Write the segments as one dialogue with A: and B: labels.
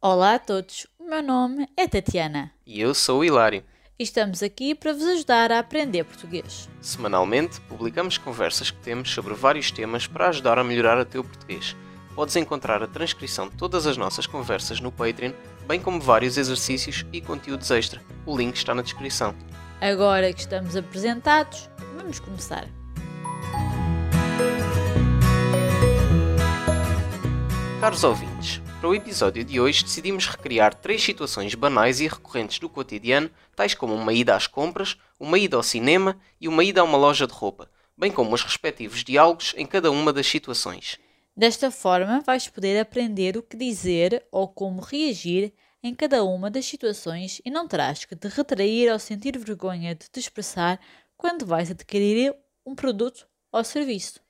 A: Olá a todos, o meu nome é Tatiana
B: E eu sou o Hilário.
A: e estamos aqui para vos ajudar a aprender português.
B: Semanalmente publicamos conversas que temos sobre vários temas para ajudar a melhorar o teu português. Podes encontrar a transcrição de todas as nossas conversas no Patreon, bem como vários exercícios e conteúdos extra. O link está na descrição.
A: Agora que estamos apresentados, vamos começar.
B: Caros ouvintes, para o episódio de hoje decidimos recriar três situações banais e recorrentes do cotidiano, tais como uma ida às compras, uma ida ao cinema e uma ida a uma loja de roupa, bem como os respectivos diálogos em cada uma das situações.
A: Desta forma, vais poder aprender o que dizer ou como reagir em cada uma das situações e não terás que te retrair ou sentir vergonha de te expressar quando vais adquirir um produto ou serviço.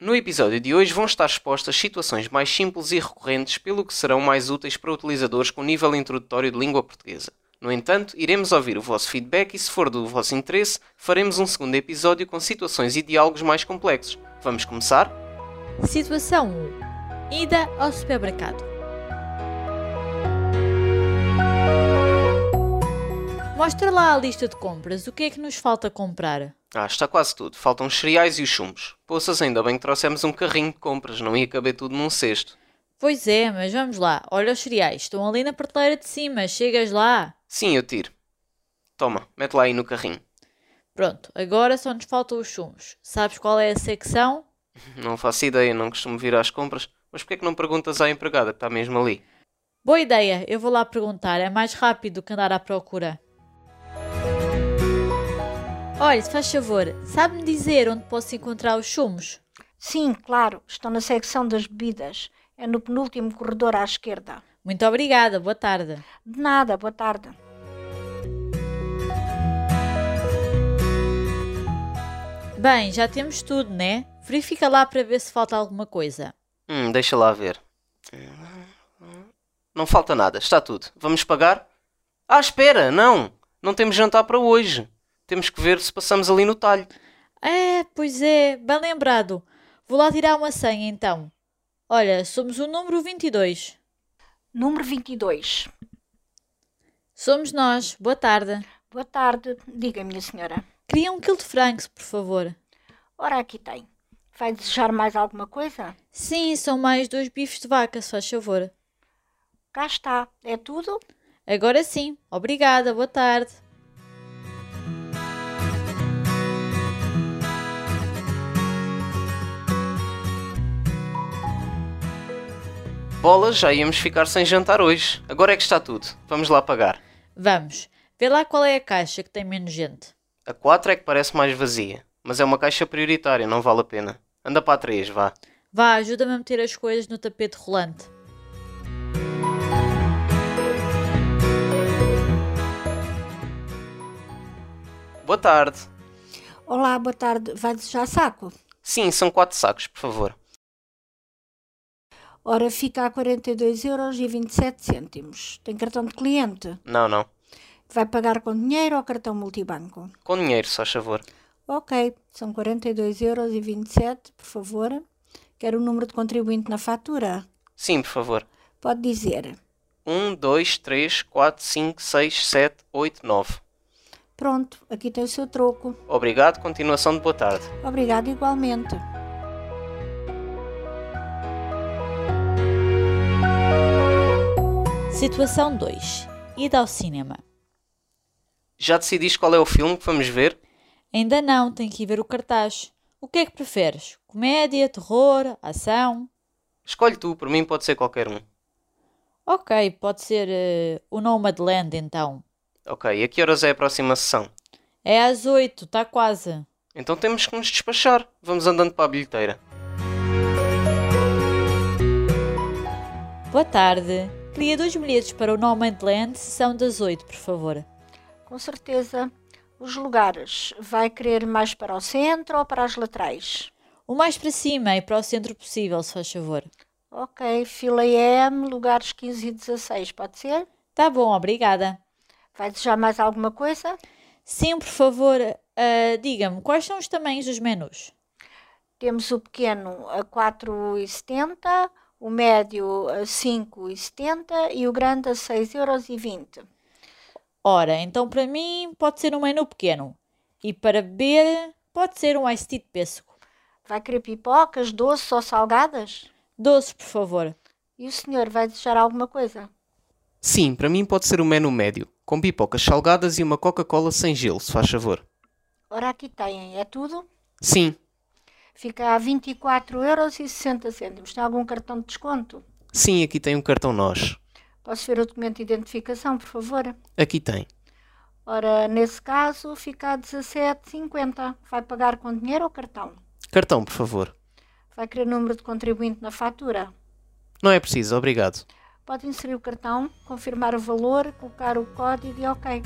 B: No episódio de hoje vão estar expostas situações mais simples e recorrentes, pelo que serão mais úteis para utilizadores com nível introdutório de língua portuguesa. No entanto, iremos ouvir o vosso feedback e, se for do vosso interesse, faremos um segundo episódio com situações e diálogos mais complexos. Vamos começar?
A: Situação 1: Ida ao supermercado. Mostra lá a lista de compras. O que é que nos falta comprar?
B: Ah, está quase tudo. Faltam os cereais e os chumbos. Poças, ainda bem que trouxemos um carrinho de compras, não ia caber tudo num cesto.
A: Pois é, mas vamos lá. Olha os cereais, estão ali na prateleira de cima. Chegas lá.
B: Sim, eu tiro. Toma, mete lá aí no carrinho.
A: Pronto, agora só nos faltam os sumos. Sabes qual é a secção?
B: Não faço ideia, não costumo vir às compras, mas porquê é que não perguntas à empregada que está mesmo ali?
A: Boa ideia, eu vou lá perguntar, é mais rápido que andar à procura. Olha, se faz favor, sabe-me dizer onde posso encontrar os sumos?
C: Sim, claro, estão na secção das bebidas. É no penúltimo corredor à esquerda.
A: Muito obrigada, boa tarde.
C: De nada, boa tarde.
A: Bem, já temos tudo, né? Verifica lá para ver se falta alguma coisa.
B: Hum, deixa lá ver. É. Não falta nada, está tudo. Vamos pagar? Ah, espera, não! Não temos jantar para hoje. Temos que ver se passamos ali no talho.
A: É, pois é, bem lembrado. Vou lá tirar uma senha então. Olha, somos o número 22.
C: Número 22.
A: Somos nós, boa tarde.
C: Boa tarde, diga minha senhora.
A: Queria um quilo de francos, por favor.
C: Ora, aqui tem. Vai desejar mais alguma coisa?
A: Sim, são mais dois bifes de vaca, se faz favor.
C: Cá está. É tudo?
A: Agora sim, obrigada, boa tarde.
B: Bolas, já íamos ficar sem jantar hoje. Agora é que está tudo. Vamos lá pagar.
A: Vamos, vê lá qual é a caixa que tem menos gente.
B: A 4 é que parece mais vazia, mas é uma caixa prioritária, não vale a pena. Anda para a 3, vá.
A: Vá, ajuda-me a meter as coisas no tapete rolante.
B: Boa tarde.
C: Olá, boa tarde. Vai desejar saco?
B: Sim, são 4 sacos, por favor.
C: Ora, fica a 42,27€. Tem cartão de cliente?
B: Não, não.
C: Vai pagar com dinheiro ou cartão multibanco?
B: Com dinheiro, só favor.
C: Ok, são 42,27€, por favor. Quero o número de contribuinte na fatura.
B: Sim, por favor.
C: Pode dizer.
B: 1, 2, 3, 4, 5, 6, 7, 8, 9.
C: Pronto, aqui tem o seu troco.
B: Obrigado, continuação de boa tarde.
C: Obrigada igualmente.
A: Situação 2: Ida ao cinema.
B: Já decidiste qual é o filme que vamos ver?
A: Ainda não, tem que ir ver o cartaz. O que é que preferes? Comédia, terror, ação?
B: Escolhe tu, por mim pode ser qualquer um.
A: Ok, pode ser eh, o Nomadland então.
B: Ok, a que horas é a próxima sessão?
A: É às 8, está quase.
B: Então temos que nos despachar. Vamos andando para a bilheteira.
A: Boa tarde. Queria dois bilhetes para o Nomadland, sessão das 8, por favor.
C: Com certeza. Os lugares. Vai querer mais para o centro ou para as laterais?
A: O mais para cima e para o centro possível, se faz favor.
C: Ok, fila M, lugares 15 e 16, pode ser?
A: Tá bom, obrigada.
C: Vai desejar mais alguma coisa?
A: Sim, por favor, ah, diga-me, quais são os tamanhos dos menus?
C: Temos o pequeno a 4,70, o médio a 5,70 e o grande a 6,20 euros.
A: Ora, então para mim pode ser um menu pequeno. E para beber pode ser um iced tea de pêssego.
C: Vai querer pipocas, doces ou salgadas?
A: Doces, por favor.
C: E o senhor vai desejar alguma coisa?
B: Sim, para mim pode ser um menu médio, com pipocas salgadas e uma Coca-Cola sem gelo, se faz favor.
C: Ora, aqui têm, é tudo?
B: Sim,
C: Fica a 24,60 euros. Tem algum cartão de desconto?
B: sim, aqui tem um cartão nós.
C: Posso ver o documento de identificação, por favor?
B: Aqui tem.
C: Ora, nesse caso, fica a 17,50. Vai pagar com dinheiro ou cartão?
B: Cartão, por favor.
C: Vai querer número de contribuinte na fatura?
B: Não é preciso, obrigado.
C: Pode inserir o cartão, confirmar o valor, colocar o código e ok.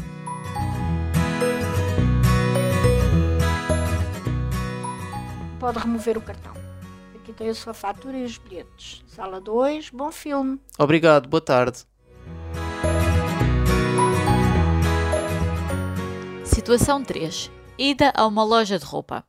C: Pode remover o cartão. Aqui tem a sua fatura e os bilhetes. Sala 2, bom filme.
B: Obrigado, boa tarde.
A: Situação 3. Ida a uma loja de roupa.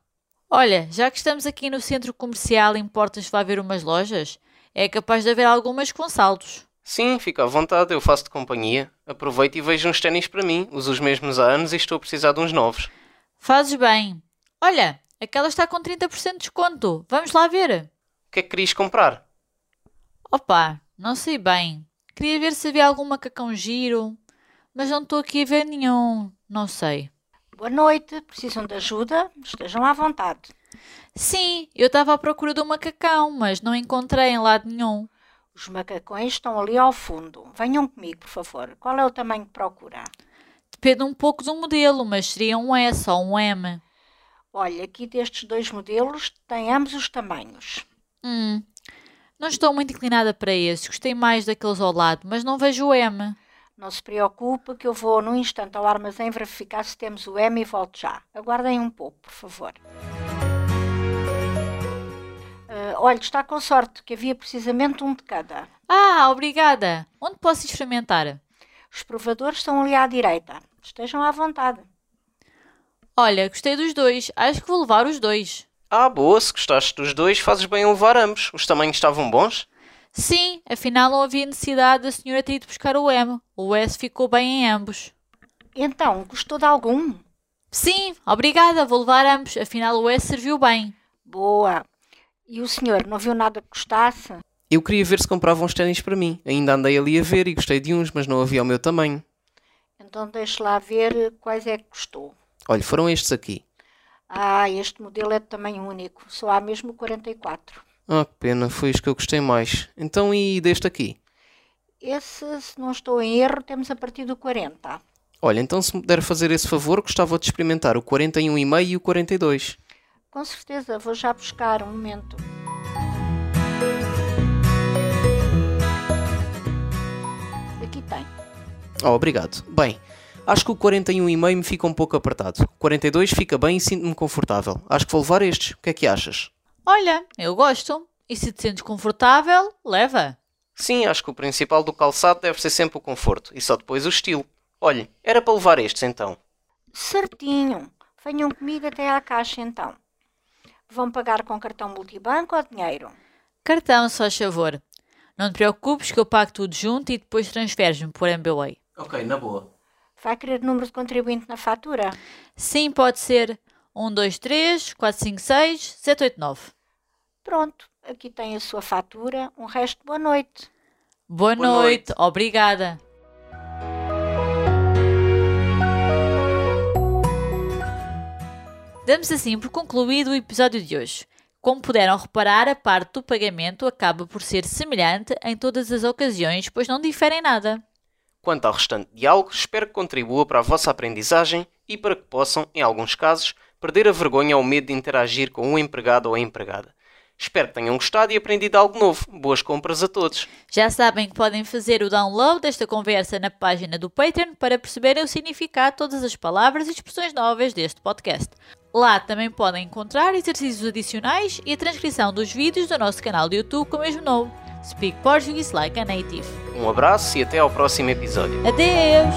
A: Olha, já que estamos aqui no centro comercial, importas lá ver umas lojas? É capaz de haver algumas com saldos.
B: Sim, fica à vontade, eu faço de companhia. Aproveito e vejo uns ténis para mim. Uso os mesmos há anos e estou a precisar de uns novos.
A: Fazes bem. Olha, aquela está com 30% de desconto. Vamos lá ver.
B: O que é que querias comprar?
A: Opa, não sei bem. Queria ver se havia algum macacão giro, mas não estou aqui a ver nenhum. Não sei.
C: Boa noite, precisam de ajuda? Estejam à vontade.
A: Sim, eu estava à procura de um macacão, mas não encontrei em lado nenhum.
C: Os macacões estão ali ao fundo. Venham comigo, por favor. Qual é o tamanho que procura?
A: Depende um pouco do modelo, mas seria um S ou um M.
C: Olha, aqui destes dois modelos tem ambos os tamanhos.
A: Hum, não estou muito inclinada para esse. Gostei mais daqueles ao lado, mas não vejo o M.
C: Não se preocupe que eu vou num instante ao armazém verificar se temos o M e volto já. Aguardem um pouco, por favor. Ah, olha, está com sorte que havia precisamente um de cada.
A: Ah, obrigada! Onde posso experimentar?
C: Os provadores estão ali à direita. Estejam à vontade.
A: Olha, gostei dos dois. Acho que vou levar os dois.
B: Ah, boa, se gostaste dos dois, fazes bem em levar ambos. Os tamanhos estavam bons?
A: Sim, afinal não havia necessidade da senhora ter ido buscar o M. O S ficou bem em ambos.
C: Então, gostou de algum?
A: Sim, obrigada, vou levar ambos. Afinal o S serviu bem.
C: Boa. E o senhor não viu nada que gostasse?
B: Eu queria ver se compravam uns ténis para mim. Ainda andei ali a ver e gostei de uns, mas não havia o meu tamanho.
C: Então deixe lá ver quais é que gostou.
B: Olha, foram estes aqui.
C: Ah, este modelo é de tamanho único. Só há mesmo 44.
B: Ah, que pena, foi os que eu gostei mais. Então e deste aqui?
C: Esse, se não estou em erro, temos a partir do 40.
B: Olha, então se me puder fazer esse favor, gostava de experimentar o 41,5 e o 42.
C: Com certeza, vou já buscar um momento. Aqui tem.
B: Oh, obrigado. Bem, acho que o 41,5 me fica um pouco apertado. O 42 fica bem e sinto-me confortável. Acho que vou levar estes. O que é que achas?
A: Olha, eu gosto. E se te sentes confortável, leva.
B: Sim, acho que o principal do calçado deve ser sempre o conforto e só depois o estilo. Olhe, era para levar estes então.
C: Certinho. Venham comigo até à caixa então. Vão pagar com cartão multibanco ou dinheiro?
A: Cartão, só favor. Não te preocupes que eu pago tudo junto e depois transferes-me por MBWay.
B: Ok, na boa.
C: Vai querer número de contribuinte na fatura?
A: Sim, pode ser 1, 2, 3, 4, 5, 6, 7, 8, 9.
C: Pronto, aqui tem a sua fatura. Um resto de boa noite.
A: Boa,
B: Boa
A: noite. obrigada. Damos assim por concluído o episódio de hoje. Como puderam reparar, a parte do pagamento acaba por ser semelhante em todas as ocasiões, pois não difere em nada.
B: Quanto ao restante diálogo, espero que contribua para a vossa aprendizagem e para que possam, em alguns casos, perder a vergonha ou o medo de interagir com um empregado ou a empregada. Espero que tenham gostado e aprendido algo novo. Boas compras a todos!
A: Já sabem que podem fazer o download desta conversa na página do Patreon para perceberem o significado de todas as palavras e expressões novas deste podcast. Lá também podem encontrar exercícios adicionais e a transcrição dos vídeos do nosso canal do YouTube com o mesmo nome, Speak Portuguese Like a Native.
B: Um abraço e até ao próximo episódio.
A: Adeus!